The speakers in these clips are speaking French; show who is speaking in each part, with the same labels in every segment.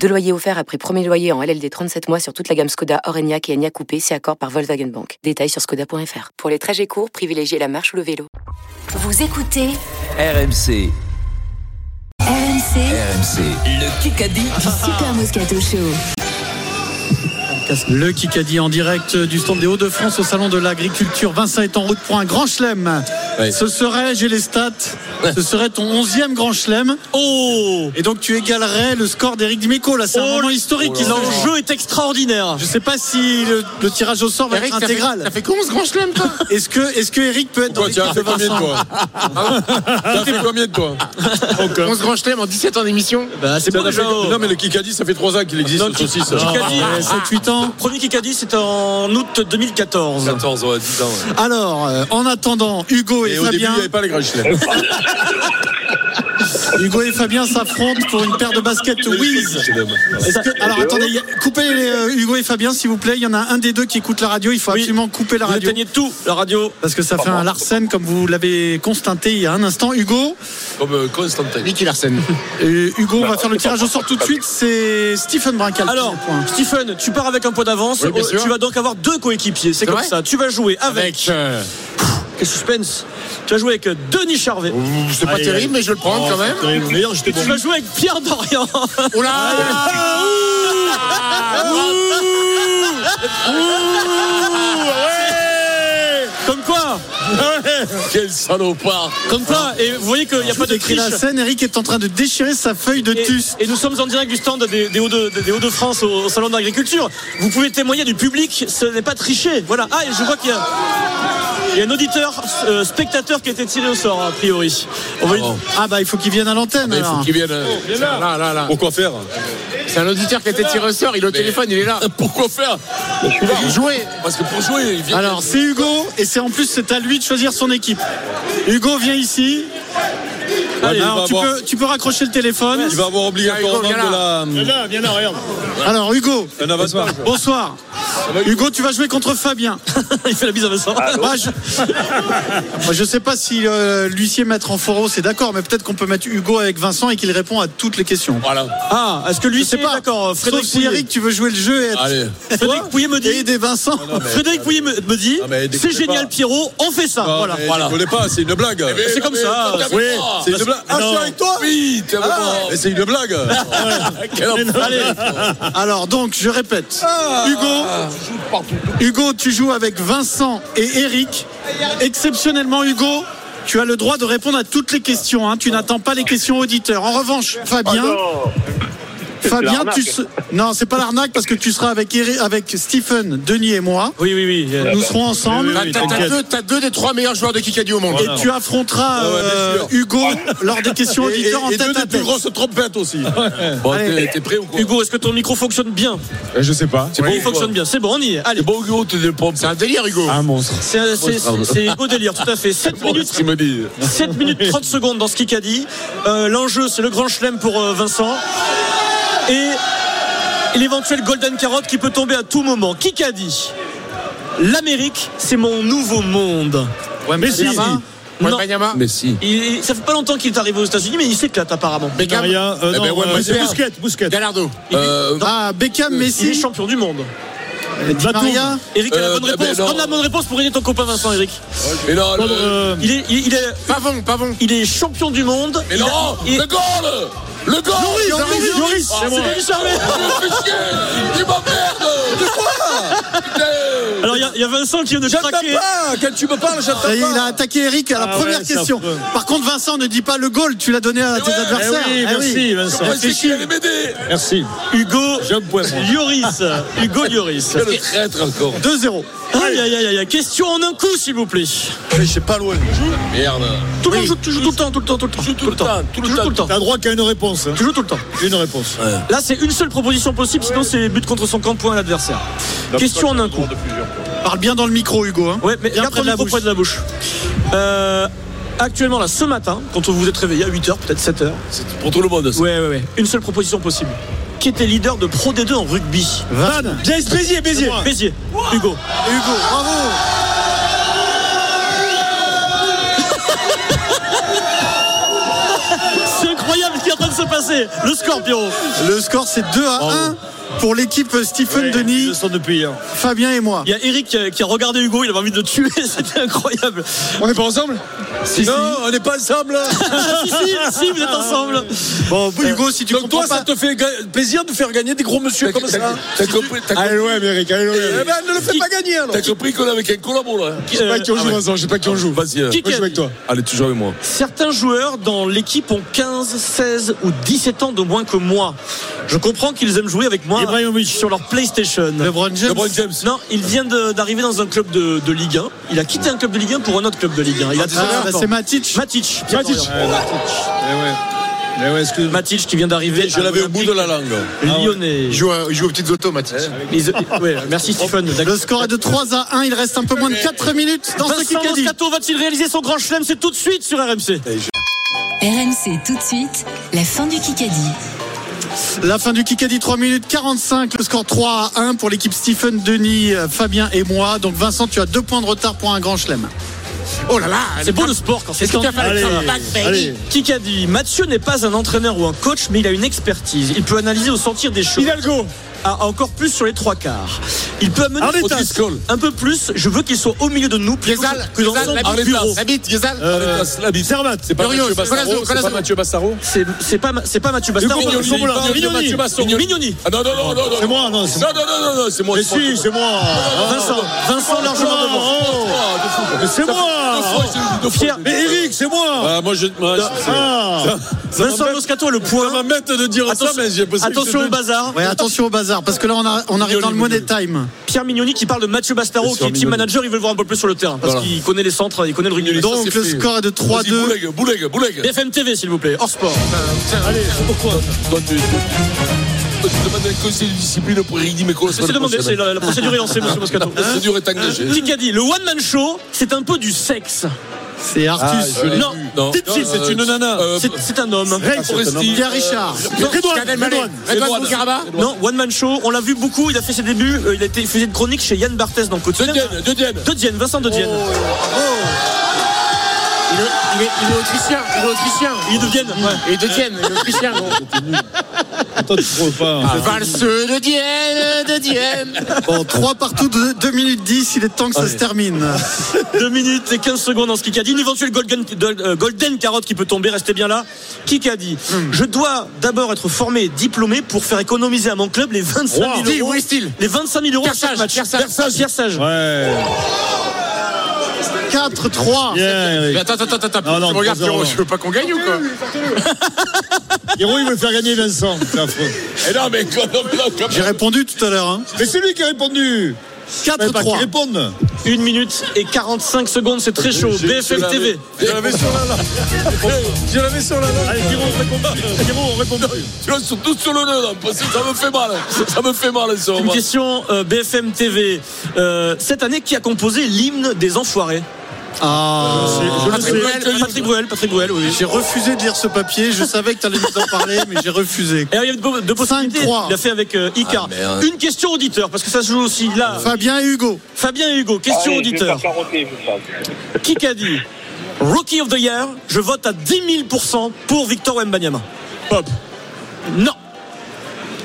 Speaker 1: Deux loyers offerts après premier loyer en LLD 37 mois sur toute la gamme Skoda, Orenia et Enya Coupé, si accord par Volkswagen Bank. Détails sur skoda.fr. Pour les trajets courts, privilégiez la marche ou le vélo.
Speaker 2: Vous écoutez
Speaker 3: RMC,
Speaker 2: RMC,
Speaker 3: RMC, le Kikadi.
Speaker 2: du Super Moscato Show.
Speaker 4: Le Kikadi en direct du stand des Hauts-de-France au salon de l'agriculture. Vincent est en route pour un grand chelem.
Speaker 5: Oui.
Speaker 4: Ce serait, j'ai les stats, ce serait ton onzième grand chelem. Oh Et donc tu égalerais le score d'Éric Dimeco. Là, c'est un moment historique. L'enjeu est extraordinaire. Je sais pas si le, le tirage au sort va être intégral.
Speaker 6: fait combien ce grand chelem, toi
Speaker 4: Est-ce que, est-ce que Eric peut être dans
Speaker 5: Toi, tu as
Speaker 4: l'équipe de
Speaker 5: fait combien de
Speaker 4: Vincent
Speaker 5: toi T'as fait combien de toi
Speaker 6: 11 grand chelem en 17 ans d'émission
Speaker 4: Bah, C'est
Speaker 5: T'en
Speaker 4: bon,
Speaker 5: as fait- Non, mais le Kikadi, ça fait 3 ans qu'il existe, ce saucisse. Ah.
Speaker 4: Kikadi, 7-8 Ah, ans.
Speaker 7: Premier Kikadi, c'était en août 2014.
Speaker 5: 14 ans, 10 ans. ouais.
Speaker 4: Alors, euh, en attendant, Hugo et,
Speaker 5: Et au début, il
Speaker 4: Fabien.
Speaker 5: n'y avait pas les grands chelems.
Speaker 4: Hugo et Fabien s'affrontent pour une paire de baskets Wiz. Est-ce que- alors attendez, il y a- coupez les, euh, Hugo et Fabien s'il vous plaît. Il y en a un des deux qui écoute la radio. Il faut
Speaker 7: Oui.
Speaker 4: absolument couper la
Speaker 7: Vous
Speaker 4: radio
Speaker 7: éteignez tout, la radio.
Speaker 4: parce que ça fait un Larsen comme vous l'avez constaté il y a un instant. Hugo,
Speaker 5: Comme euh, Constantin.
Speaker 6: Nicky Larsen.
Speaker 4: euh, Hugo, on va faire le tirage au sort tout de
Speaker 6: Bah,
Speaker 4: suite. C'est Stephen Brincal.
Speaker 7: Alors, Stephen, tu pars avec un point d'avance. Euh,
Speaker 6: Oui, bien sûr.
Speaker 7: tu vas donc avoir deux coéquipiers. C'est
Speaker 6: C'est
Speaker 7: comme
Speaker 6: vrai
Speaker 7: ça. Tu vas jouer avec.
Speaker 6: Avec. euh,
Speaker 7: Quel suspense. Tu vas jouer avec euh, Denis Charvet.
Speaker 6: C'est pas terrible, mais je vais le prends quand même.
Speaker 7: Et tu vas jouer avec Pierre Dorian.
Speaker 6: Oh là
Speaker 7: Comme quoi
Speaker 5: Quel salopard
Speaker 7: Comme quoi Et vous voyez qu'il n'y a pas de
Speaker 4: décrit
Speaker 7: triche.
Speaker 4: la scène. Eric est en train de déchirer sa feuille de
Speaker 7: Et,
Speaker 4: tuste.
Speaker 7: et nous sommes en direct du stand des, des Hauts-de- des Hauts-de-France au, au Salon de l'Agriculture. Vous pouvez témoigner du public, ce n'est pas triché. Voilà. Ah, et je vois qu'il y a, il y a un auditeur, euh, spectateur qui a été tiré au sort, a priori. On va lui-
Speaker 4: Ah bah il faut qu'il vienne à l'antenne.
Speaker 5: Il faut
Speaker 4: alors.
Speaker 5: qu'il vienne. euh,
Speaker 6: Oh, Là, là, là.
Speaker 5: Pourquoi faire
Speaker 6: C'est un auditeur qui a été tiré au sort, il est au téléphone, il est là.
Speaker 5: Ah. Pourquoi faire
Speaker 6: Jouer
Speaker 5: Parce que pour jouer, il vient.
Speaker 4: Alors c'est Hugo et c'est en plus c'est à lui de choisir son équipe. Hugo viens ici.
Speaker 5: Allez, il
Speaker 4: Alors,
Speaker 5: va
Speaker 4: tu,
Speaker 5: avoir-
Speaker 4: peux, tu peux raccrocher le téléphone.
Speaker 5: Il va avoir obligatoirement
Speaker 6: Viens
Speaker 5: de la.
Speaker 4: Alors Hugo,
Speaker 5: Un avancement.
Speaker 4: bonsoir. Hugo, tu vas jouer contre Fabien.
Speaker 7: il fait la bise à Vincent.
Speaker 4: Moi, je... Moi, je sais pas si euh, l'huissier maître en foreau c'est d'accord, mais peut-être qu'on peut mettre Hugo avec Vincent et qu'il répond à toutes les questions.
Speaker 5: Voilà.
Speaker 7: Ah, est-ce que lui,
Speaker 4: Je sais
Speaker 7: c'est
Speaker 4: pas.
Speaker 7: d'accord euh,
Speaker 4: Sauf
Speaker 7: Frédéric
Speaker 4: si
Speaker 7: Pouillet,
Speaker 4: Eric, tu veux jouer le jeu et être-
Speaker 5: Allez.
Speaker 7: Frédéric Pouillet me
Speaker 4: et
Speaker 7: dit,
Speaker 4: aider Vincent.
Speaker 7: Frédéric Pouillet me, me dit,
Speaker 5: Ah, euh, mais déconnez
Speaker 7: c'est génial
Speaker 5: pas.
Speaker 7: Pierrot, on fait ça.
Speaker 5: Ah,
Speaker 7: voilà.
Speaker 5: mais
Speaker 7: voilà.
Speaker 5: déconnez pas, c'est une blague.
Speaker 7: C'est comme ça.
Speaker 5: Oui, c'est une blague. Ah, je suis
Speaker 7: Non.
Speaker 5: avec toi Oui, t'es avec moi. Mais c'est une blague. Quel enfer.
Speaker 7: Allez,
Speaker 4: Alors donc, je répète. Hugo, Hugo, tu joues avec Vincent et Eric. Exceptionnellement, Hugo. Tu as le droit de répondre à toutes les questions. hein. Tu n'attends pas les questions auditeurs. En revanche, Fabien,
Speaker 5: Oh
Speaker 4: Fabien, tu se- non, c'est pas l'arnaque parce que tu seras avec Eri- avec Stephen, Denis et moi.
Speaker 7: oui, oui, oui.
Speaker 5: Ah bah.
Speaker 7: euh,
Speaker 4: Nous serons ensemble.
Speaker 6: Bah, T'as- T'as t'as deux, t'as deux des trois meilleurs joueurs de Kikadi au monde.
Speaker 4: Et tu affronteras
Speaker 5: ouais, bien
Speaker 4: euh,
Speaker 5: sûr.
Speaker 4: Hugo lors des questions
Speaker 5: Et, et,
Speaker 4: auditeurs en
Speaker 5: et deux
Speaker 4: tête à
Speaker 5: des plus
Speaker 4: tête.
Speaker 5: grosses trompettes aussi. Bon,
Speaker 4: Allez.
Speaker 5: t'es- t'es prêt ou quoi
Speaker 7: Hugo, est-ce que ton micro fonctionne bien
Speaker 5: Je sais pas. C'est
Speaker 7: Bon,
Speaker 5: bon,
Speaker 7: il fonctionne bien. C'est bon, on y est. Allez.
Speaker 5: C'est bon, Hugo, t'es des Ah, pompes.
Speaker 6: C'est un délire, Hugo.
Speaker 7: C'est un- c'est- c'est- c'est beau délire, tout à fait. 7
Speaker 5: Bon,
Speaker 7: minutes,
Speaker 5: ce qu'il me dit.
Speaker 7: 7 minutes 30 secondes dans ce Kikadi. Euh, L'enjeu, c'est le grand chelem pour euh, Vincent. Et, et l'éventuel Golden Carrot qui peut tomber à tout moment. Kikadi. L'Amérique, c'est mon nouveau monde.
Speaker 6: Ouais, mais si.
Speaker 7: Non.
Speaker 6: Wembanyama.
Speaker 5: Mais si.
Speaker 7: Il- ça fait pas longtemps qu'il est arrivé aux États-Unis, mais il s'éclate apparemment.
Speaker 6: Beckham.
Speaker 5: Eh ben, ouais,
Speaker 6: Wembanyama.
Speaker 5: Wembanyama.
Speaker 6: Gallardo.
Speaker 5: Euh,
Speaker 4: euh, Ah, Beckham,
Speaker 7: Il est
Speaker 4: Messi,
Speaker 7: champion du monde. Euh,
Speaker 4: Di Maria.
Speaker 7: Eric a la
Speaker 5: Euh,
Speaker 7: bonne
Speaker 5: eh ben,
Speaker 7: réponse.
Speaker 5: non.
Speaker 7: Prends la bonne réponse pour aider ton copain Vincent, Eric.
Speaker 5: Mais non,
Speaker 7: Euh,
Speaker 5: le-
Speaker 7: Il est, il, il est,
Speaker 6: Pavon, Pavon.
Speaker 7: il est champion du monde.
Speaker 5: mais
Speaker 7: Il a-
Speaker 5: non,
Speaker 7: il-
Speaker 5: le goal Le goal
Speaker 4: Yoris,
Speaker 5: Yoris,
Speaker 4: Yoris,
Speaker 5: Ah,
Speaker 4: c'est moi.
Speaker 7: Denis Charvet.
Speaker 5: Il me fait chier. Il m'emmerde Ah, De quoi Putain.
Speaker 7: Alors, il y a- il y, a Vincent qui vient de
Speaker 5: J'attends
Speaker 7: craquer.
Speaker 5: pas Quand tu me parles, j'attends
Speaker 4: Ça y est, il a
Speaker 5: pas
Speaker 4: attaqué Eric
Speaker 7: Ah
Speaker 4: à la première question. Par contre, Vincent, ne dit pas le goal, tu l'as donné à tes
Speaker 5: ouais,
Speaker 4: adversaires.
Speaker 5: eh oui,
Speaker 4: Eh oui.
Speaker 5: Comment est-ce qu'il allait m'aider
Speaker 7: Merci. Hugo Lloris. Hugo Lloris.
Speaker 5: Quel traître encore
Speaker 4: 2-0.
Speaker 7: Aïe, aïe, aïe, aïe. Question en un coup, s'il vous plaît.
Speaker 5: Mais c'est pas loin Merde
Speaker 7: Tout le, temps, joue- tu joues tout le temps, tout le temps, tout le temps. Tout le temps, tout le temps.
Speaker 4: T'as droit qu'à une réponse. hein.
Speaker 7: Tu joues tout le temps.
Speaker 4: Une réponse.
Speaker 7: Là, c'est une seule proposition possible, sinon c'est but contre 50 points à l'adversaire. Question en un coup.
Speaker 4: Parle bien dans le micro, Hugo. hein.
Speaker 7: Ouais, mais
Speaker 4: Bien
Speaker 7: bien
Speaker 4: près
Speaker 7: près
Speaker 4: de la
Speaker 7: de la bouche. Euh, actuellement, là, ce matin, quand vous vous êtes réveillé à 8h, peut-être 7h,
Speaker 5: C'est pour tout le monde. ça.
Speaker 7: ouais, ouais, ouais, une seule proposition possible. Qui était leader de Pro D2 en rugby
Speaker 4: Van
Speaker 7: Bien, Bézier, Bézier, Bézier, Hugo.
Speaker 4: Hugo, bravo
Speaker 7: C'est incroyable ce qui est en train de se passer. Le score, Pierrot.
Speaker 4: Le score c'est 2 à 1 pour l'équipe Stephen Denis,
Speaker 7: depuis.
Speaker 4: Fabien et moi.
Speaker 7: Il y a Eric qui a, qui a regardé Hugo, il avait envie de le tuer, c'était incroyable.
Speaker 6: On est pas ensemble
Speaker 4: Si, si.
Speaker 5: Non, Oh, on n'est pas ensemble.
Speaker 7: Ah, si, si, si, vous êtes ensemble.
Speaker 4: Bon, Hugo, si tu
Speaker 5: Donc
Speaker 4: comprends
Speaker 5: toi, ça
Speaker 4: pas,
Speaker 5: te fait ga- plaisir de faire gagner des gros monsieur comme ça
Speaker 6: T'as compris T'as compris
Speaker 5: loin, Eric, allez loin.
Speaker 6: Eh ben, ne le fais pas gagner alors
Speaker 5: T'as compris qu'on est avec un collabo là
Speaker 6: Je
Speaker 4: bah,
Speaker 6: sais pas qui on
Speaker 7: Euh,
Speaker 6: joue, Vincent, je sais pas qui on joue.
Speaker 5: Vas-y, euh,
Speaker 7: Qui
Speaker 6: Moi, je joue avec toi.
Speaker 5: allez, tu joues avec moi.
Speaker 7: Certains joueurs dans l'équipe ont 15, 16 ou 17 ans de moins que moi. Je comprends qu'ils aiment jouer avec moi sur leur PlayStation.
Speaker 4: LeBron James.
Speaker 5: LeBron James.
Speaker 7: Non, il vient de- d'arriver dans un club de, de Ligue 1. Il a quitté un club de Ligue 1 pour un autre club de Ligue 1. Il a
Speaker 4: Ah, bah, c'est Matic.
Speaker 7: Matic. Pierre
Speaker 6: Matic.
Speaker 7: Dorian.
Speaker 6: Mais ouais, excuse
Speaker 7: Matic qui vient d'arriver.
Speaker 5: Je
Speaker 7: à
Speaker 5: l'avais au bout de la
Speaker 7: l'Olympique
Speaker 5: langue.
Speaker 7: Lyonnais.
Speaker 6: Il joue, à- il joue aux petites automatiques.
Speaker 7: Les- ouais, merci Stéphane.
Speaker 4: Le score est de 3 à 1, il reste un peu moins de 4 minutes dans ce
Speaker 7: Vincent
Speaker 4: Kikadi.
Speaker 7: Moscato va-t-il réaliser son grand chelem C'est tout de suite sur RMC.
Speaker 2: RMC tout de suite, la fin du Kikadi.
Speaker 4: La fin du Kikadi 3 minutes 45, le score 3 à 1 pour l'équipe Stephen Denis, euh, Fabien et moi. Donc Vincent, tu as 2 points de retard pour un grand chelem.
Speaker 6: Oh là là
Speaker 7: C'est beau le sport quand c'est tendu. Allez, allez. Kikadi, Mathieu n'est pas un entraîneur ou un coach, mais il a une expertise. Il peut analyser au sentir des choses.
Speaker 6: Hidalgo
Speaker 7: Ah, encore plus sur les trois quarts. Il peut amener
Speaker 6: Arletas.
Speaker 7: au discole. un peu plus. Je veux qu'il soit au milieu de nous plutôt
Speaker 6: Gezal
Speaker 7: que dans son
Speaker 6: Gezal, la bite,
Speaker 7: bureau.
Speaker 6: la bite, Gezal
Speaker 5: Arrête la- la bite. C'est pas
Speaker 6: Berrios,
Speaker 5: Mathieu Bassaro.
Speaker 6: Colasso,
Speaker 5: C'est pas
Speaker 6: Colasso.
Speaker 5: Mathieu Bassaro.
Speaker 7: C'est c'est pas, ma- c'est pas Mathieu Bastard.
Speaker 5: Hugo Mignoni, Mignoni, Mathieu Bassaro.
Speaker 7: Mignoni.
Speaker 5: Ah non, non, non, non, non.
Speaker 6: C'est moi, non, c'est
Speaker 5: Non, non, non, non, non, c'est moi. c'est moi.
Speaker 6: moi
Speaker 7: Vincent, Vincent largement devant.
Speaker 6: C'est
Speaker 5: Deux fois, j'ai eu deux fois.
Speaker 7: Pierre.
Speaker 5: Mais
Speaker 6: Eric, c'est moi
Speaker 5: Ah, moi, je. moi, c'est-
Speaker 4: Ah.
Speaker 8: Ah.
Speaker 7: Vincent Moscato a le
Speaker 5: Ça
Speaker 7: point.
Speaker 5: m'embête de dire ça, mais j'ai possible.
Speaker 7: Attention au bazar.
Speaker 4: Ouais, attention au bazar, parce que là on, a- on arrive dans le Money Time.
Speaker 7: Pierre Mignoni qui parle de Mathieu Bastaro,
Speaker 5: Bien
Speaker 7: qui
Speaker 5: sûr,
Speaker 7: est team
Speaker 5: Mignoni.
Speaker 7: manager, il veut le voir un peu plus sur le terrain parce
Speaker 5: Voilà.
Speaker 7: qu'il connaît les centres, il connaît le rugby. euh,
Speaker 5: ça,
Speaker 4: Donc
Speaker 5: c'est
Speaker 4: le
Speaker 5: fait.
Speaker 4: score est de 3-2.
Speaker 5: Bouleg, Bouleg, Bouleg.
Speaker 7: BFM TV, s'il vous plaît, hors sport.
Speaker 5: Ah,
Speaker 6: Allez, pourquoi
Speaker 5: Toi, tu. Je te demande un conseil de discipline pour Eric Dimeco.
Speaker 7: C'est demandé, c'est la, la procédure est lancée, monsieur Moscato.
Speaker 5: C'est dur est engagé.
Speaker 7: Qui a dit le one man show, c'est un peu du sexe.
Speaker 4: C'est
Speaker 8: Ah.
Speaker 4: Artus.
Speaker 5: Ah, je l'ai
Speaker 7: non,
Speaker 5: vu. Non.
Speaker 7: Tite,
Speaker 5: Non,
Speaker 7: c'est
Speaker 5: euh,
Speaker 7: une nana.
Speaker 5: euh,
Speaker 7: C'est- c'est un homme.
Speaker 5: Foresti.
Speaker 4: Pierre Richard.
Speaker 8: Euh,
Speaker 6: Redouane Redouane Redouane Boukaraba
Speaker 7: Non, one man show. On l'a vu beaucoup. Il a fait ses débuts. euh, Il a été il faisait de chronique chez Yann Barthès dans Côte
Speaker 5: Deuxième, deuxième.
Speaker 7: De Dienne, Vincent De Dienne.
Speaker 5: Oh,
Speaker 6: il, est- il est- il est autrichien, il est autrichien
Speaker 7: Il est de Dienne. Ouais.
Speaker 6: Et de Dienne, il est autrichien Valse de Dienne, de Dienne
Speaker 4: Bon, 3 partout, 2 minutes 10, il est temps que ça se termine.
Speaker 7: 2 minutes et 15 secondes en ce Kikadi. Une éventuelle golden, de- euh, golden carotte qui peut tomber, restez bien là. Kikadi, je dois d'abord être formé et diplômé pour faire économiser à mon club les 25 000
Speaker 6: Dis,
Speaker 7: euros.
Speaker 6: où est-il
Speaker 7: Les 25 000 euros à chaque
Speaker 6: Persage,
Speaker 7: match.
Speaker 6: Persage.
Speaker 7: Persage.
Speaker 4: 4-3.
Speaker 6: Mais attends, attends, attends, attends, tu me regardes, Pierrot, tu veux pas qu'on gagne ou quoi
Speaker 5: Et Eh non, mais quand on est là, quand
Speaker 4: J'ai répondu tout à l'heure. hein.
Speaker 8: Mais c'est lui qui a répondu
Speaker 4: 4-3.
Speaker 8: Réponde
Speaker 7: Une minute et 45 secondes, c'est très chaud.
Speaker 5: J'ai- je
Speaker 7: BFM
Speaker 5: l'avais-
Speaker 7: TV.
Speaker 5: Je l'avais sur la langue. Je l'avais sur la langue. Allez, Pierrot, on répond pas. Pierrot, on répond pas. Tu vois, surtout sur le nœud, là, parce que ça me fait mal. Ça me fait mal, ça.
Speaker 7: Une question euh, BFM TV. Euh, cette année, qui a composé l'hymne des enfoirés
Speaker 4: Ah.
Speaker 8: Euh,
Speaker 7: Patrick Bruel, Patrick Bruel, Patrick Bruel, oui.
Speaker 4: J'ai refusé de lire ce papier. Je savais que tu allais nous en parler, mais j'ai refusé.
Speaker 7: Et alors, il y avait deux, deux possibilités.
Speaker 4: 5-3.
Speaker 7: Il a fait avec euh, Icar.
Speaker 5: Ah, merde.
Speaker 7: Une question auditeur, parce que ça se joue aussi là.
Speaker 4: Fabien et Hugo.
Speaker 7: Fabien et Hugo, question auditeur. Qui a dit Rookie of the Year, je vote à 10 000% pour Victor Wembanyama. Hop. Non.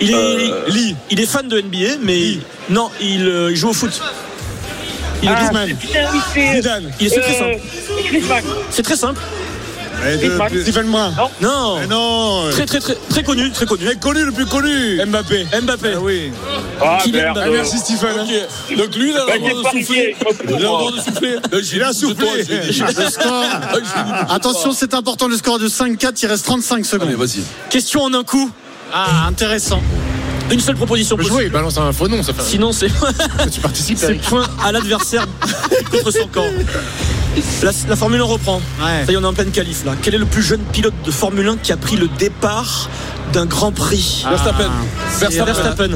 Speaker 7: Il est, il est fan de NBA, mais non, il, euh, il joue au foot. Il est
Speaker 8: Ah,
Speaker 7: Griezmann.
Speaker 8: Zidane
Speaker 7: Il est- c'est très simple. C'est très simple.
Speaker 8: Stephen Brun
Speaker 7: Non.
Speaker 8: Mais non
Speaker 7: Très, très, très, très connu, très connu.
Speaker 8: Très connu, le plus connu Mbappé
Speaker 7: Mbappé.
Speaker 8: oui Ah,
Speaker 7: Kylian Mbappé.
Speaker 8: Merci Stephen
Speaker 5: Donc lui, là, il a le droit de souffler. Il a le droit de souffler.
Speaker 8: Il a soufflé.
Speaker 4: Le score. Attention, c'est important. Le score est de 5-4. Il reste 35
Speaker 5: Allez,
Speaker 4: secondes.
Speaker 5: vas-y.
Speaker 7: Question en un coup.
Speaker 4: Ah, intéressant.
Speaker 7: Une seule proposition possible.
Speaker 6: Jouer, balance un faux nom, ça fait
Speaker 7: Sinon, c'est.
Speaker 6: tu participes
Speaker 7: C'est point à l'adversaire contre son camp. La, la Formule 1 reprend.
Speaker 4: Ouais.
Speaker 7: Ça y est, on est en pleine qualif là. Quel est le plus jeune pilote de Formule
Speaker 4: Ah,
Speaker 7: 1 qui a pris le départ d'un Grand Prix
Speaker 5: Verstappen.
Speaker 7: Verstappen.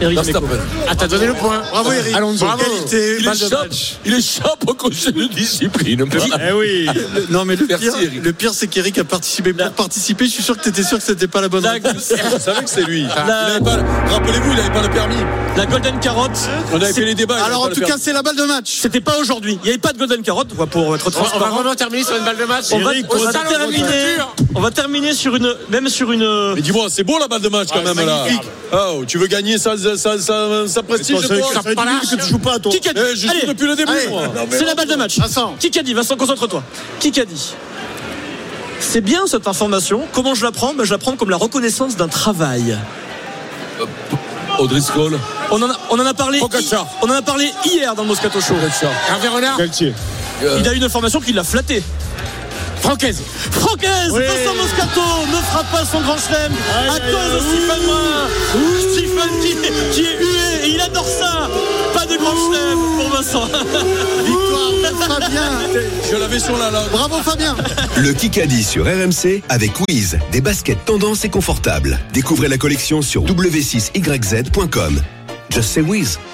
Speaker 7: Eric Mecco.
Speaker 5: Verstappen.
Speaker 6: Ah, t'as donné le point.
Speaker 8: Bravo, Eric.
Speaker 6: Alonso.
Speaker 8: Bravo.
Speaker 4: Qualité,
Speaker 5: Il
Speaker 4: balle de
Speaker 5: échappe,
Speaker 4: match.
Speaker 5: il échappe au conseil de discipline.
Speaker 7: Eh oui.
Speaker 4: Ah, Le- Non mais le
Speaker 5: Merci,
Speaker 4: pire,
Speaker 5: Eric.
Speaker 4: le pire c'est qu'Eric a participé pour participer. Je suis sûr que t'étais sûr que c'était pas la bonne
Speaker 7: La,
Speaker 4: réponse.
Speaker 8: Vous savez que c'est lui.
Speaker 7: la-
Speaker 5: Il avait pas le- Rappelez-vous, il n'avait pas le permis.
Speaker 7: la Golden Carotte.
Speaker 5: On avait
Speaker 7: c'est-
Speaker 5: fait les débats. il
Speaker 4: Alors en
Speaker 5: avait pas
Speaker 4: tout
Speaker 5: le
Speaker 4: cas c'est la balle de match.
Speaker 7: C'était pas aujourd'hui. Il n'y avait pas de Golden Carotte, quoi, pour être
Speaker 6: On va- on va
Speaker 7: transparent.
Speaker 6: vraiment terminer sur une balle de match.
Speaker 7: On va,
Speaker 6: Eric,
Speaker 7: on
Speaker 6: au
Speaker 7: va
Speaker 6: salon de
Speaker 7: terminer,
Speaker 6: l'agriculture.
Speaker 7: on va terminer sur une, même sur une. euh,
Speaker 5: Mais dis-moi, c'est beau la balle de match quand
Speaker 6: Ouais,
Speaker 5: même là.
Speaker 6: magnifique.
Speaker 5: Oh, tu veux gagner ça, ça, ça, ça, ça prestige
Speaker 8: Parce que
Speaker 5: toi
Speaker 8: ça fait dix minutes que tu joues pas, toi.
Speaker 7: Qui qu'a dit
Speaker 5: Eh, Je
Speaker 7: Allez,
Speaker 5: suis depuis le début
Speaker 4: Allez.
Speaker 5: moi.
Speaker 7: c'est la balle de match.
Speaker 6: Vincent.
Speaker 7: Qui qu'a dit Vincent, concentre-toi. Qui qu'a dit C'est bien cette information. Comment je la prends Ben, Je la prends comme la reconnaissance d'un travail.
Speaker 5: Audrey Scholl.
Speaker 7: On en a, on en a parlé.
Speaker 5: Pogacar.
Speaker 7: hi- on en a parlé hier dans le Moscato Show.
Speaker 6: Hervé Renard.
Speaker 8: Galtier.
Speaker 7: Il a eu une information qui l'a flatté.
Speaker 6: Francaise.
Speaker 7: Francaise, Vincent Moscato ne frappe pas son grand chelem à cause de Stephen Brun. Stephen qui, qui est hué et il adore ça. Pas de grand chelem pour Vincent.
Speaker 4: Victoire de Fabien.
Speaker 5: Je l'avais sur la langue.
Speaker 4: Bravo Fabien.
Speaker 9: Le Kikadi sur RMC avec Wiz, des baskets tendance et confortables. Découvrez la collection sur w6yz.com. Just say Wiz.